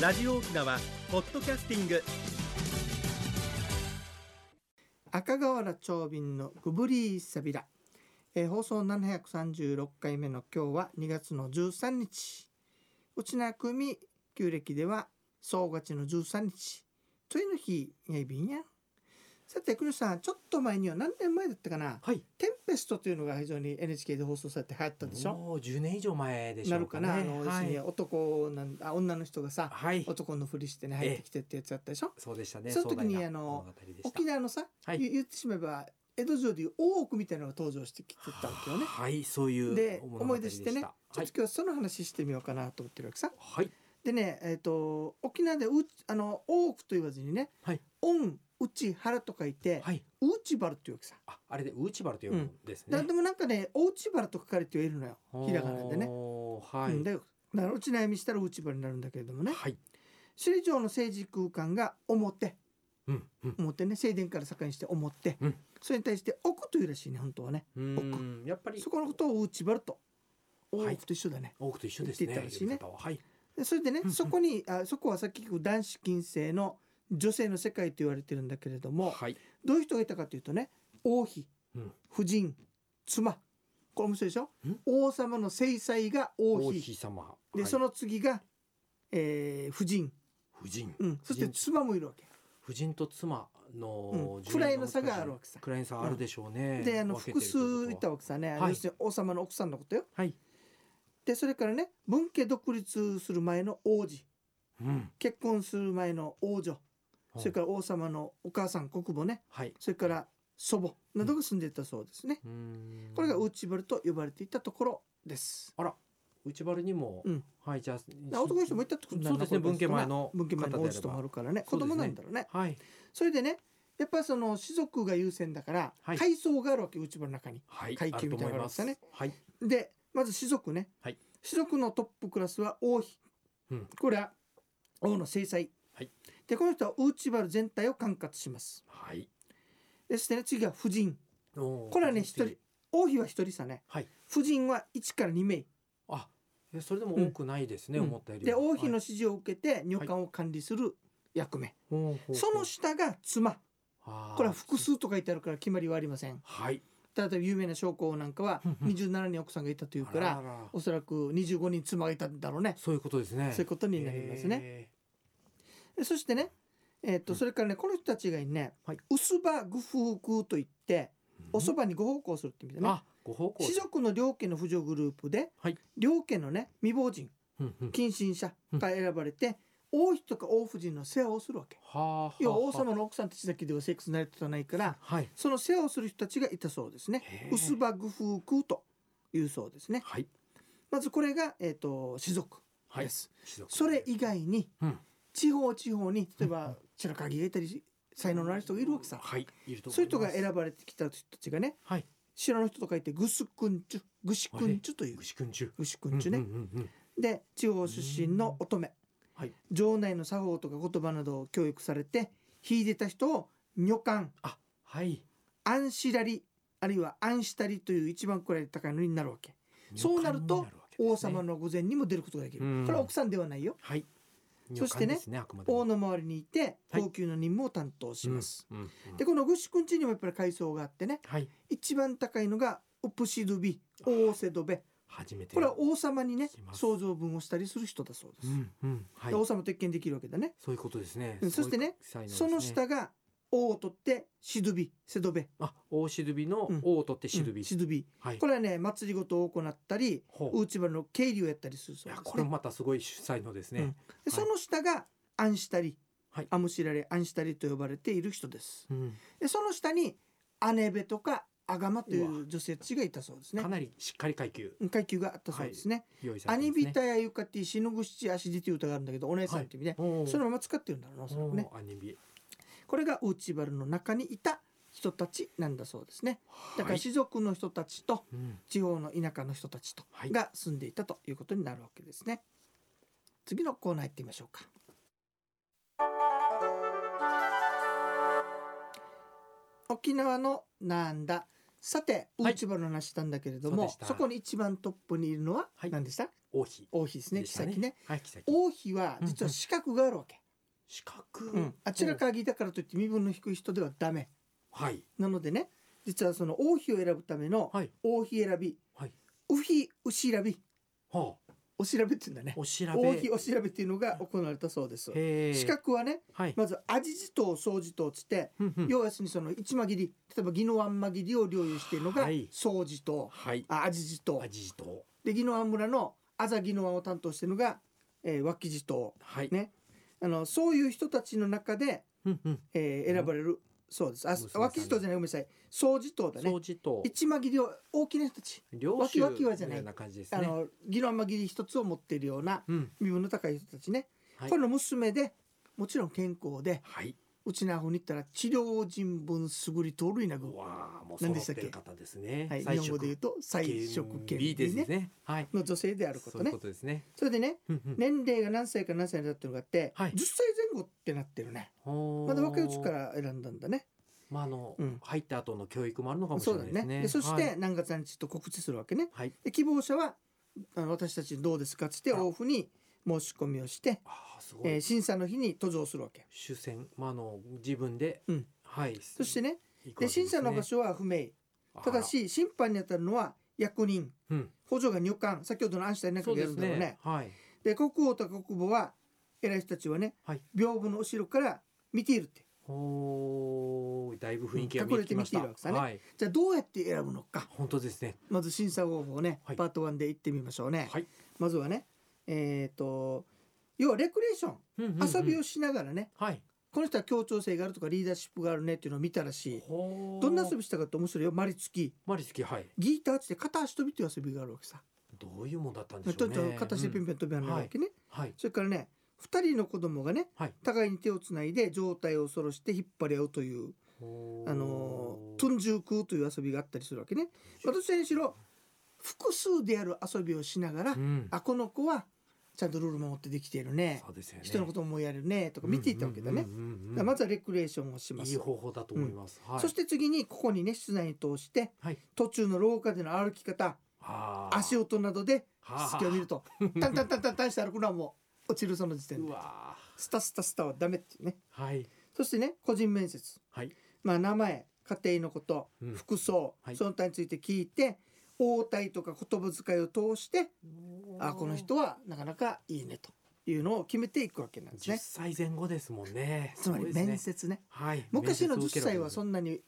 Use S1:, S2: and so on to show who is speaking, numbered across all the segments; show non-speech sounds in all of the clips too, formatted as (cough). S1: ラジオ沖縄ポッドキャスティング
S2: 赤瓦長瓶のグブリーサビラ、えー放送736回目の今日は2月の13日内縄組旧暦では総勝ちの13日というの日やいびんやんさて栗さんちょっと前には何年前だったかな
S3: はい。
S2: 「テンペスト」というのが非常に NHK で放送されて流行ったでしょ
S3: もう10年以上前でしょ
S2: なる
S3: うか
S2: か
S3: ね。
S2: なあの、
S3: は
S2: 要するに
S3: い。
S2: 男なんあ女の人がさ
S3: はい。
S2: 男のふりしてね入ってきてってやつだったでしょ
S3: そうでしたね。
S2: その時に
S3: 壮大な
S2: あの
S3: 物語でした
S2: 沖縄のさ、
S3: はい
S2: 言言ってしまえば江戸城でいう大奥みたいなのが登場してきてたわけよね。
S3: はい、そういう
S2: で
S3: 物
S2: 思
S3: 語
S2: い出
S3: で
S2: してね
S3: た
S2: ちょ
S3: はい
S2: っと。今日その話してみようかなと思ってるわけさ。
S3: はい。
S2: でね、えっと沖縄でうあの大奥と言わずにね
S3: はい
S2: 「恩、内原」と書いて
S3: はい。
S2: 「うちばる」っていうわけさ。
S3: あ、あれでウーチバルと呼ぶんですね
S2: だ。でもなんかね「おうちばる」と書かれてはいるのよひらがなでね。
S3: おーは
S2: うん、
S3: い。
S2: だよだからうち悩みしたら「うちばる」になるんだけれどもね
S3: はい。
S2: 首里城の政治空間が表
S3: うん。うん
S2: 表ね正殿から境にして表、
S3: うん
S2: それに対して奥というらしいね本当はね。
S3: うーん。やっぱり
S2: そこのことを内バルと
S3: は
S2: 大
S3: い
S2: 奥と一緒だね、
S3: 多くと一緒です
S2: 言
S3: ね。
S2: ってたらしいね
S3: 呼び方ははい。
S2: でそれでね、
S3: うん
S2: そこにあそこはさっき聞く男子禁制の女性の世界と言われてるんだけれども、
S3: はい。
S2: どういう人がいたかというとね王妃、
S3: うん
S2: 夫人妻これ面白いでしょ
S3: ん
S2: 王様の正妻が王
S3: 王
S2: 妃
S3: 妃様。
S2: で、
S3: はい
S2: その次が、えー夫人、
S3: 夫人。
S2: うん、そして
S3: 夫人
S2: 妻もいるわけ、
S3: 夫人と妻
S2: う
S3: の
S2: ん
S3: 順位
S2: 位の差があるわけさ
S3: 位の差あるでしょうね。
S2: であの
S3: 分けて
S2: 複
S3: るという
S2: 数い
S3: こと
S2: た
S3: は
S2: わけさね、あの
S3: はい
S2: 要するに王様の奥さんのことよ
S3: はい。
S2: でそれからね文家独立する前の王子
S3: うん。
S2: 結婚する前の王女それ
S3: ら
S2: から王様のお母さん国母ね
S3: はい。
S2: それから祖母などが住んでいたそうですね、
S3: うーん
S2: これがウーチバルと呼ばれていたところです
S3: あら、内原にも、
S2: うん
S3: はい、じゃあ、
S2: だから男の人もいたってことなんだ
S3: そうですね
S2: これ
S3: 文家前の
S2: 文家前の
S3: 方
S2: 王
S3: であれば
S2: 子ともあるからね
S3: そ
S2: 子
S3: うですね
S2: 供なんだろうね
S3: はい、
S2: それでねやっぱその士族が優先だから、
S3: はい
S2: 階層があるわけウーチバルの中に
S3: はい、
S2: 階級みたいなのがあるんですよね
S3: あると思います。
S2: でまず士族ね、
S3: はい
S2: 士族のトップクラスは王妃、
S3: うん
S2: これは王の正妻、
S3: はい
S2: でこの人はウーチバル全体を管轄します
S3: はい、はい。
S2: でそしてね次が夫人
S3: こ
S2: これはね一人。王妃は一人さね
S3: はい。
S2: 夫人は1から2名
S3: あ、えそれでも多くないですね、
S2: うん
S3: 思ったより
S2: で
S3: は。
S2: 王妃の
S3: は
S2: 指示を受けて女官を管理する役目、
S3: い、ほうほうほう
S2: その、下が妻
S3: あー
S2: これは複。数と書いてあるから決まりはありません
S3: はい。
S2: 例えば有名な将校なんかは
S3: うんうん
S2: 27人奥さんがいたというか
S3: あ
S2: ら
S3: らら
S2: おそらく25人妻がいたんだろうね
S3: そういうことですね。
S2: そういうことになりますね
S3: ね。
S2: でそしてねえっと
S3: うん
S2: それからねこの人たちがね
S3: はい
S2: 「うすばぐふうく」といっておそばにご奉公するって意味だね
S3: あ、ご奉公。
S2: 士族の両家の婦女グループで
S3: はい
S2: 両家のね未亡人
S3: うんうん。
S2: 近親者が選ばれて王妃とか王夫人の世話をするわけ
S3: はあはあ。
S2: 要は王様の奥さんたちだけではセックス成り立たないから
S3: はい。
S2: その世話をする人たちがいたそうですね
S3: へえ
S2: ウスバグフークというそうですね
S3: はい。
S2: まずこれが、えー、と士族
S3: は
S2: で
S3: い。
S2: す、
S3: 士族
S2: それ以外に
S3: うん
S2: 地方地方に例
S3: うん
S2: え
S3: う
S2: ば
S3: ん
S2: 白鍵がいたり才能のある人がいるわけさ、
S3: はい。いると思います。
S2: そういう人が選ばれてきた人たちがね
S3: はい。
S2: 城の人と書いてグスクンチュグシクンチュという
S3: 牛くん中。
S2: グシクンチュね、
S3: うんうんうんうん
S2: で地方出身の乙女、
S3: はい
S2: 城内の作法とか言葉などを教育されて秀でた人を女官
S3: あ、はい。
S2: アンシラリあるいはアンシタリという一番位高いのになるわけそうなると王様
S3: の、
S2: の御前にも出ることができる、
S3: うん
S2: これは奥さんではないよ
S3: はい。
S2: そしてね
S3: 女官ですね、あくまでも
S2: 王の周りにいて
S3: はい
S2: 高級の任務を担当します、。
S3: うんうんうん
S2: でこのグシュ君地にもやっぱり階層があってね
S3: はい。
S2: 一番高いのがウプシドビオーセドベ
S3: 初めて。
S2: これは王様にね
S3: 聞きます
S2: 創造分をしたりする人だそうです、
S3: うんうん。はい
S2: で。王様と一見できるわけだね
S3: そういうことですね
S2: うん。そしてね
S3: そういう才能です
S2: そ
S3: ね
S2: の。下が王を取ってシドビセドベ
S3: あ、王シドビの
S2: うん
S3: 王を取ってシド
S2: う
S3: ビ
S2: ん。シドビ
S3: はい
S2: こ。れはね祭りごとを行ったり
S3: ほう。
S2: ウーチバルの経理をやったりする
S3: い
S2: そう
S3: や
S2: です、ね、
S3: これもまたすごい才能ですね。
S2: でその下がアンシタリ、
S3: はい
S2: アムシラレアンシタリと呼ばれている人です
S3: うん
S2: でその下にアネベとかアガマというう女性たちがいたそうですね
S3: かなりしっかり階級
S2: うん階級があったそうですね、
S3: 用意され
S2: ア
S3: てま
S2: ニ
S3: すね。
S2: ビタやユカティシノグシチアシディという歌があるんだけどお姉さんって意味で、
S3: おー。
S2: そのまま使ってるんだろうなおそらくね
S3: おーアニビ。
S2: これがウーチバルの中にいた人たちなんだそうですねだから
S3: はい
S2: 士族の人たちと
S3: うん
S2: 地方の田舎の人たちと
S3: はい
S2: が住んでいたということになるわけですね次のコーナー行ってみましょうか沖縄のなんださて、
S3: はい
S2: ウーチバルの話したんだけれど
S3: そ
S2: も
S3: うで
S2: そ
S3: した
S2: こに一番トップにいるのは
S3: はい
S2: 何でした、
S3: 王妃
S2: 王妃ですね
S3: でした
S2: 妃ね。
S3: はい妃
S2: 王妃は実は資格があるわけ、
S3: 四角、
S2: うんあちら鍵だからといって身分の低い人ではダメ
S3: はい
S2: なのでね実はその王妃を選ぶための
S3: はい
S2: 王妃選び、
S3: はい
S2: 王妃お調べ
S3: はあ
S2: お調べって言うんだね
S3: お調べ
S2: 王妃お調べっていうのが行われたそうです
S3: へえ
S2: 資格はね
S3: はい、
S2: まず味地頭掃除頭つって
S3: うんうん
S2: 要は要するにその一間切り例えば宜野湾間切りを領有しているのが
S3: はい
S2: 掃除頭、
S3: はい
S2: あ味地頭
S3: 味と
S2: で宜野湾村のあざ宜野湾を担当しているのが、えー、脇地頭
S3: はい
S2: ねあのそういう人たちの中で、
S3: うんうん
S2: えー選ばれるそうです。あ
S3: 娘さんが
S2: 脇地頭じゃないごめんなさい掃除頭だね
S3: 掃。除と
S2: 一間切りを大きな人たち、
S3: 領
S2: わき
S3: 主
S2: わきはじゃ
S3: の
S2: ない
S3: ような感じです
S2: あ
S3: ね
S2: の宜野湾間切り一つを持っているような
S3: うん
S2: 身分の高い人たちね、
S3: はい
S2: これの娘でもちろん健康で
S3: はいう
S2: ちなほに行ったら治療人文優りと類なぐ、
S3: うわあもう
S2: 何
S3: 揃
S2: でした
S3: っ
S2: ってけ
S3: る方ですね、
S2: はい、
S3: 菜
S2: 日本語で言う
S3: 食
S2: と菜食
S3: 系
S2: 権
S3: B
S2: 利
S3: です
S2: ね
S3: ねはい
S2: の女性であるこ
S3: そ
S2: と
S3: ういう
S2: ね
S3: ことですね
S2: それでね
S3: うんうん
S2: 年齢が何歳から何歳だっていうのがあって、
S3: はい
S2: 10歳前後ってなってるね
S3: ほー
S2: まだ若いうちから選んだんだね
S3: まああの、
S2: うん
S3: 入った後の教育もあるのかもし
S2: そ
S3: れない
S2: うだ
S3: です
S2: ね
S3: ね
S2: でそし
S3: は
S2: て
S3: い、
S2: 何月何日と告知するわけね
S3: はい
S2: で希望者はあの私たちどうですかっつって
S3: あ
S2: 応付に申し込みをして、
S3: ああすごい、
S2: えー審査の日に登場するわけ
S3: 主戦まああの自分で、
S2: うん
S3: はい
S2: そしてね
S3: 行くわけ
S2: で審査の場
S3: ですね
S2: 所は不明ただ、し審判に当たるのは役人
S3: あらうん、
S2: 補助が入管先ほどのアンシュタインなんか
S3: そう
S2: がや
S3: です
S2: るんだろうね
S3: ねはい
S2: で国王と国母は偉い人たちはね、
S3: はい
S2: 屏風の後ろから見ているって
S3: ほーだいぶ雰囲気が
S2: うん
S3: 見えてきました
S2: 隠れて見ているわけですよね
S3: はい
S2: じゃあどうやって選ぶのか
S3: 本当ですね
S2: まず審査方法をね、
S3: はい
S2: パート1で行ってみましょうね、
S3: はい、
S2: まずはねえー、と要はレクリエーション
S3: うんうんうん
S2: 遊びをしながらね、
S3: はい
S2: この人は協調性があるとかリーダーシップがあるねっていうのを見たらしい
S3: ほー
S2: どんな遊びしたかって面白いよマリツキ
S3: マリスキーはい
S2: ギーターっつって片足飛びっていう遊びがあるわけさ、
S3: どういうもんだったんでしょ
S2: と
S3: う
S2: に
S3: ね
S2: かく片足でピン
S3: ン、
S2: ピン飛び跳ねるわけね、
S3: うんはい
S2: それからね2人の子供がね、
S3: はい
S2: 互いに手をつないで上体をそろして引っ張り合うという
S3: ほー
S2: あのトンジュークーという遊びがあったりするわけね。まあどちらにしろ複数でやる遊びをしながら、
S3: うん
S2: あこの子はちゃんとルール守ってできているね
S3: そうですよね
S2: 人のことも思いやるねとか見ていったわけだね。
S3: うんうんうんうん
S2: だからまずはレクリエーションをします。
S3: いい方法だと思います、はい
S2: そして次にここにね室内に通して、
S3: はい
S2: 途中の廊下での歩き方
S3: あー
S2: 足音などで
S3: はあ
S2: 隙を見るとタンタンタンタンタンして歩くのはもう落ちるその時点
S3: う
S2: で
S3: わ
S2: スタスタスタはダメっていうね
S3: ーはい
S2: そしてね個人面接
S3: はい
S2: まあ、名前家庭のこと、
S3: うん
S2: 服装、
S3: はい
S2: その他について聞いて応対とか言葉遣いを通してあこの人はなかなかいいねというのを決めていくわけなんです
S3: 10
S2: ね。
S3: 歳前後ですもんね
S2: つまり
S3: そうですね
S2: 面接ね
S3: はい
S2: 昔の10歳はそ
S3: ん
S2: んなに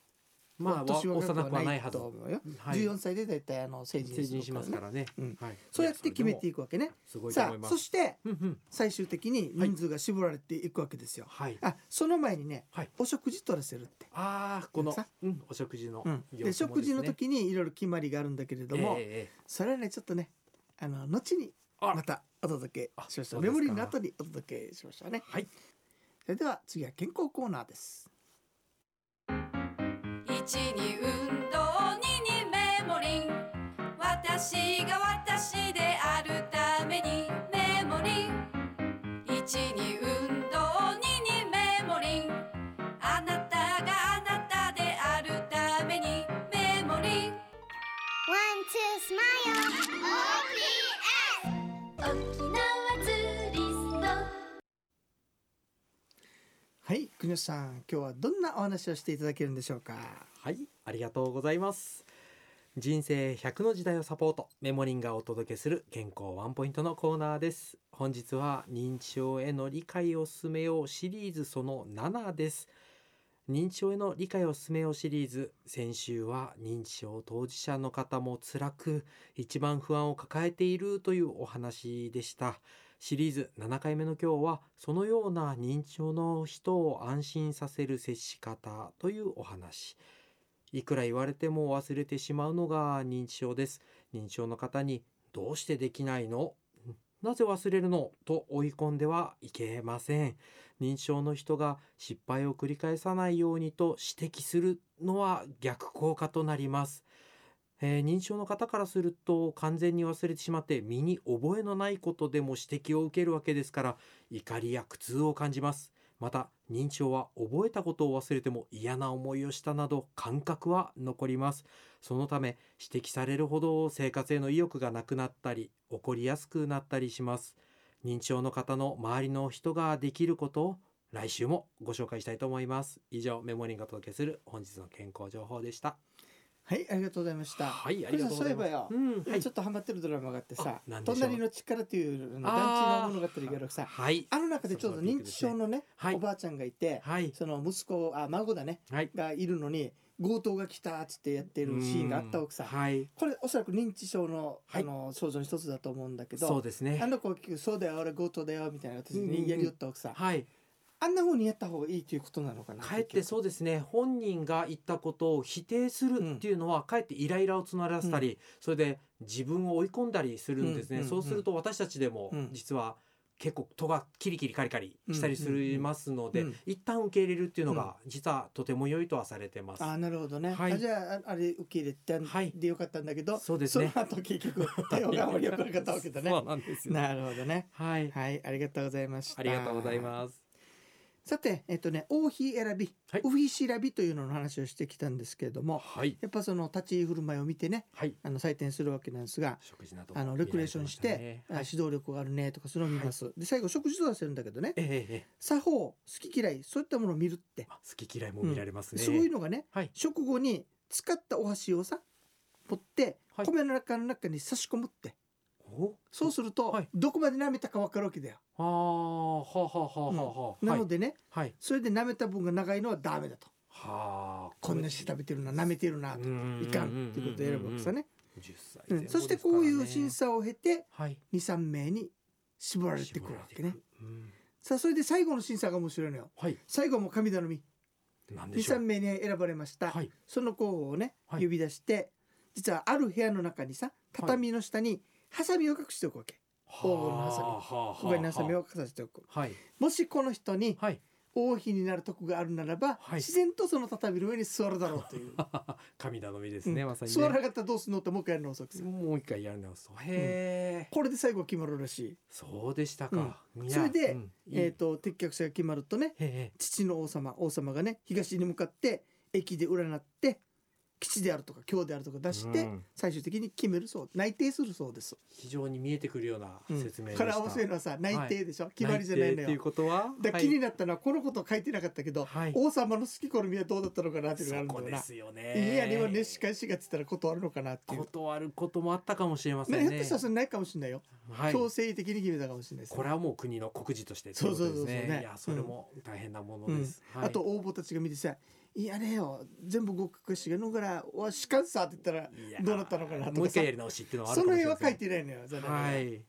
S3: まあ
S2: 年
S3: 幼
S2: 若
S3: く
S2: くは
S3: は
S2: な
S3: ないいはず
S2: と思うよ、
S3: はい
S2: 14歳でだいたいあの成人
S3: 成人し
S2: する
S3: ますからね
S2: うん
S3: はい
S2: そうやって決めてい
S3: く
S2: くわけね
S3: すごいと
S2: さ
S3: 思い
S2: あ
S3: ます
S2: そして
S3: うんうん
S2: 最終的に人数が絞られていくわけですよ、
S3: はい
S2: あその前にね、
S3: はい
S2: お食事取らせるって、
S3: ああこの
S2: さ
S3: うんお食事の
S2: うん
S3: 様子も
S2: で食事の
S3: ですね
S2: 時にいろいろ決まりがあるんだけれども、
S3: ええええ
S2: それはねちょっとねあの後に
S3: あ
S2: またお届けしましょ
S3: あそううで
S2: メ
S3: すか
S2: モリーの後にお届けしましょうね
S3: はい
S2: それでは次は健康コーナーです
S4: 一に運動二にメモリン私が私であるためにメモリン一に運動二にメモリンあなたがあなたであるためにメモリン
S5: One, two, smile. OPS.
S4: 沖縄ツーリスト
S2: はい国吉さん今日はどんなお話をしていただけるんでしょうか
S3: はい、ありがとうございます。人生100の時代をサポート、メモリンがお届けする健康ワンポイントのコーナーです。本日は認知症への理解を進めようシリーズその7です。認知症への理解を進めようシリーズ、先週は認知症当事者の方も辛く、一番不安を抱えているというお話でした。シリーズ7回目の今日は、そのような認知症の人を安心させる接し方というお話。いくら言われても忘れてしまうのが認知症です。認知症の方にどうしてできないのなぜ忘れるのと追い込んではいけません。認知症の人が失敗を繰り返さないようにと指摘するのは逆効果となります。えー認知症の方からすると完全に忘れてしまって身に覚えのないことでも指摘を受けるわけですから怒りや苦痛を感じます。また認知症は覚えたことを忘れても嫌な思いをしたなど感覚は残りますそのため指摘されるほど生活への意欲がなくなったり起こりやすくなったりします認知症の方の周りの人ができることを来週もご紹介したいと思います以上メモリーがお届けする本日の健康情報でした
S2: はい、ありがとうございました。
S3: はいありがとうございます
S2: これさそういえばよ
S3: うんはい
S2: ちょっとハマってるドラマがあってさ
S3: あなん
S2: 「
S3: でしょう
S2: 隣の力」というあの
S3: あ
S2: 団地
S3: ー
S2: の物語があるさ
S3: はい
S2: あの中でちょうど認知症のね
S3: はい
S2: おばあちゃんがいて、
S3: はい
S2: その息子あ孫だね
S3: はい
S2: がいるのに強盗が来たっつってやってるシーンがあったわけさ、
S3: うんはい
S2: これおそらく認知症の,、
S3: はい
S2: あの症状の一つだと思うんだけ
S3: そう
S2: ど、
S3: ですね
S2: あの子は結局そうだよ俺強盗だよ」みたいな形
S3: うんうんうん
S2: でやりよったわけさ、
S3: はい
S2: あんな風にやった方がいいということなのかな
S3: かえってそうですね本人が言ったことを否定するっていうのは、かえってイライラを募らせたり、それで自分を追い込んだりするんですね、
S2: うんうん
S3: そうすると私たちでも
S2: うん
S3: 実は結構戸がキリキリカリカリしたりするますので、
S2: うんうんうん
S3: 一旦受け入れるっていうのが実はとても良いとはされてます。
S2: あーなるほどね、
S3: はい
S2: あじゃあああれ受け入れて、
S3: はい
S2: でよかったんだけど
S3: そうですね
S2: その後結局
S3: (laughs)
S2: 対応があまり良くなかったわけだね
S3: そうなんですよ
S2: なるほどね
S3: はい、
S2: はいありがとうございました
S3: ありがとうございます。
S2: すさてえっとね王妃選び、
S3: はい
S2: 王妃選びというのの話をしてきたんですけれども
S3: はい、
S2: やっぱその立ち居振る舞いを見てね
S3: はい、
S2: あの採点するわけなんですが
S3: 食事なども
S2: あのレクリエーションし
S3: 見られ
S2: て
S3: ましたね
S2: あ指導力があるねとかそれを見ます、で最後食事と出せるんだけどね
S3: ええええ
S2: 作法好き嫌いそういったものを見るって
S3: あ好き嫌いも見られますね。
S2: そういうのがね
S3: はい、
S2: 食後に使ったお箸をさ持って、
S3: はい
S2: 米の中の中に差し込むって
S3: お
S2: そうすると、
S3: はい
S2: どこまで舐めたか分かるわけだよ、
S3: ああ、はあ、はあ、はあ、はあ。
S2: な
S3: はい
S2: のでね、
S3: はい。
S2: それで舐めた分が長いのはダメだと
S3: はあ。
S2: こんなして食べてるな舐めてるなといかんっていうことを選ぶわけさね、
S3: 10歳
S2: う
S3: 前後ですからね。
S2: ん、そしてこういう審査を経て
S3: はい。
S2: 23名に絞られてくるわけね
S3: うん。
S2: さあそれで最後の審査が面白いのよ
S3: はい。
S2: 最後はもう神頼み
S3: なんでしょ
S2: 23
S3: う。
S2: 名に選ばれました、
S3: はい。
S2: その候補をね
S3: はい
S2: 呼び出して、実はある部屋の中にさ畳の下にハサミを隠しておくわけ黄金のハサミ
S3: はあはあはあ
S2: ここにハサミを隠しておく
S3: はい。
S2: もしこの人に
S3: はい。 (laughs)
S2: 王妃になる徳があるならば、
S3: はい
S2: 自然とその畳の上に座るだろうという、
S3: 神頼み (laughs) ですね、
S2: うん
S3: まさに、
S2: 座らな
S3: ね。
S2: かったらどうすんのってもう一回やるの遅くする
S3: もう一回やるの。そうへえ、
S2: これで最後決まるらしい
S3: そうでしたか。いや
S2: それで
S3: うんいい
S2: えー、と撤却者が決まるとね
S3: へえ
S2: 父の王様王様がね東に向かって駅で占って基地であるとか京であるとか出して、
S3: うん
S2: 最終的に決めるそう内定するそうです、
S3: 非常に見えてくるような
S2: うん
S3: 説明でした。
S2: から合わせるのはさ内定でしょ、決まりじゃない
S3: 内定
S2: のよ
S3: っていうことは、
S2: だから
S3: はい
S2: 気になったのはこのことは書いてなかったけど、
S3: はい
S2: 王様の好き好みはどうだったのかなっていう
S3: そ
S2: のがあるん
S3: こ
S2: だよ
S3: で
S2: な
S3: すよね。
S2: いやにはねしかしがって言ったら断るのかなっていう。
S3: 断ることもあったかもしれませんね。
S2: ね、ひょっとしたらそれないかもしれないよ、
S3: はい、
S2: 強制的に決めたかもしれないですね、
S3: これはもう国の国事としてということですね。
S2: そうそうそうそうね
S3: いやそれも大変なものです。
S2: うん
S3: はい
S2: あと応募たちが見てさ「いやねよ全部合格してのからわしかんさ」って言ったら
S3: いや
S2: どうなったのかなとかさ
S3: もう一回やり直しっていうのはあるか
S2: その
S3: もしれ
S2: 辺
S3: ま
S2: は
S3: せん
S2: 書いてないのよ残念ながら
S3: はい。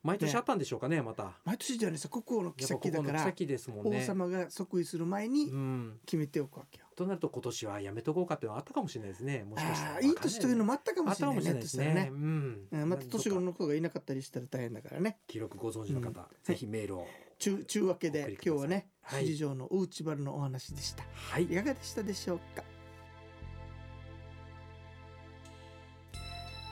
S3: 毎年あったんでしょうかねまた。や
S2: 毎年じゃねさ国王の
S3: っぱここ
S2: 妃だ
S3: の
S2: か
S3: 奇
S2: ら
S3: 跡ですもん
S2: 王
S3: ね。
S2: 様が即位する前
S3: う
S2: に
S3: ん。
S2: 決めておくわけよ、
S3: となると今年はやめとこうかっていうのはあったかもしれないですね。もしかした
S2: あ
S3: ら
S2: あいい年というの
S3: も
S2: もあったか
S3: あ
S2: も
S3: っ
S2: し
S3: た
S2: れ
S3: か
S2: ない
S3: も
S2: ね
S3: しれないですね。
S2: としたらね
S3: うん。
S2: うんまた年頃の子がいなかったりしたら大変だからね
S3: 記録ご存知の方、
S2: うん
S3: ぜひメールを。
S2: ちゅちゅうわけ
S3: お送りく
S2: で
S3: ださい
S2: 今日はね
S3: はい
S2: 七条のおうちばるのお話でした、
S3: はい
S2: い、。かがでしたでしょうか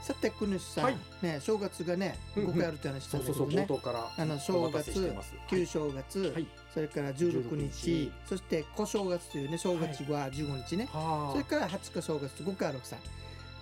S2: さてくぬしさん、
S3: はい
S2: ね正月がね
S3: うんうん
S2: 5回あるって話した
S3: そ
S2: ん
S3: う
S2: だ
S3: そ
S2: け
S3: うそ
S2: ど
S3: う
S2: ね、
S3: 冒頭から
S2: あの
S3: お
S2: 正
S3: 待たせして
S2: 月
S3: ます。
S2: 旧正月、
S3: はい。
S2: それから16
S3: 16日
S2: 日そして小正月というね正月は15日ね、
S3: はあ。
S2: それから20日正月と5回あるわけさ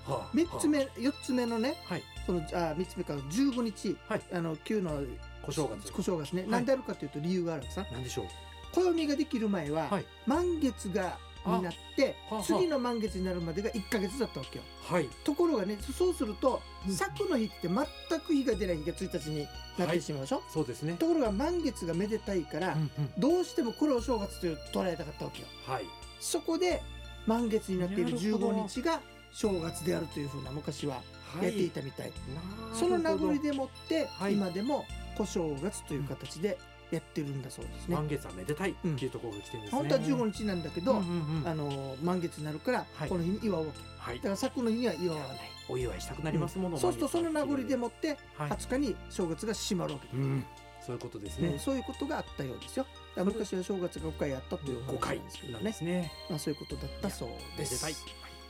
S3: はあ
S2: 3つ目4つ目のね
S3: はい。
S2: そのあ3つ目から15日、
S3: はい
S2: あの旧の
S3: 小正月。
S2: 小正月ね、
S3: い
S2: 何であるかというと理由があるわけさ
S3: なんでしょう。
S2: 暦ができる前は、
S3: はい
S2: 満月がになって
S3: あはあ
S2: 次の満月になるまでが1ヶ月だったわけよ
S3: はい。
S2: ところがねそうすると
S3: うん
S2: 昨の日って全く日が出ない日が1日にな
S3: は
S2: って
S3: い
S2: しまうでしょ、
S3: そうですね。
S2: ところが満月がめでたいから、
S3: うんうん
S2: どうしてもこれを正月と捉えたかったわけよ
S3: はい。
S2: そこで満月になっている
S3: なるほど
S2: 15日が正月であるというふうな昔は
S3: は
S2: やっていたみたい、
S3: なるほど
S2: その名残でもって、
S3: はい
S2: 今でも小正月という形でやってるんだそうですね、
S3: 満月はめでたいっていうところが来てるんですね。
S2: 本当は
S3: 日
S2: 15日なんだけど、あ
S3: は
S2: の満月になるから、
S3: はい
S2: この日に祝うわけ
S3: い
S2: だか。ら昨の日には祝わない
S3: お祝いしたくなりますもの。
S2: そうするとその名残で
S3: も。
S2: もって
S3: はい。
S2: 20日に正月が閉まるわけ、
S3: うん。そういうことです
S2: ね
S3: ね。
S2: そういうことがあったようですよだから昔は正月が5回あったという
S3: 五
S2: 話
S3: 回
S2: なんですけど
S3: なん
S2: ね
S3: ですね。
S2: まあ、そういうことだったそう
S3: め
S2: で
S3: ですたい。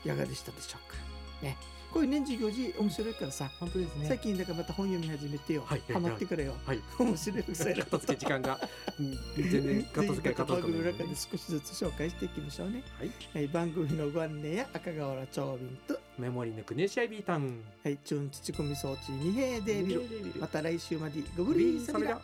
S2: いかがでしたでしょうかねこういう年中行事面白いからさ、
S3: 本当です
S2: 最。近だからまた本読み始めてよ、
S3: はいはい
S2: ハマってくれよ、
S3: はい。
S2: 面白い草やな
S3: (laughs) 片付け時間がうん全然片付け片
S2: 番
S3: 付
S2: 組
S3: けな
S2: の
S3: い
S2: 中で少しずつ紹介していきましょうね、
S3: はい。
S2: はい、番組のご案内や赤瓦長瓶と、
S3: メモリーのクネシアイビータウン。
S2: はい、チューン土込み装置二平デービルまた来週までご
S3: ブ
S2: ぶりさびら
S3: ラ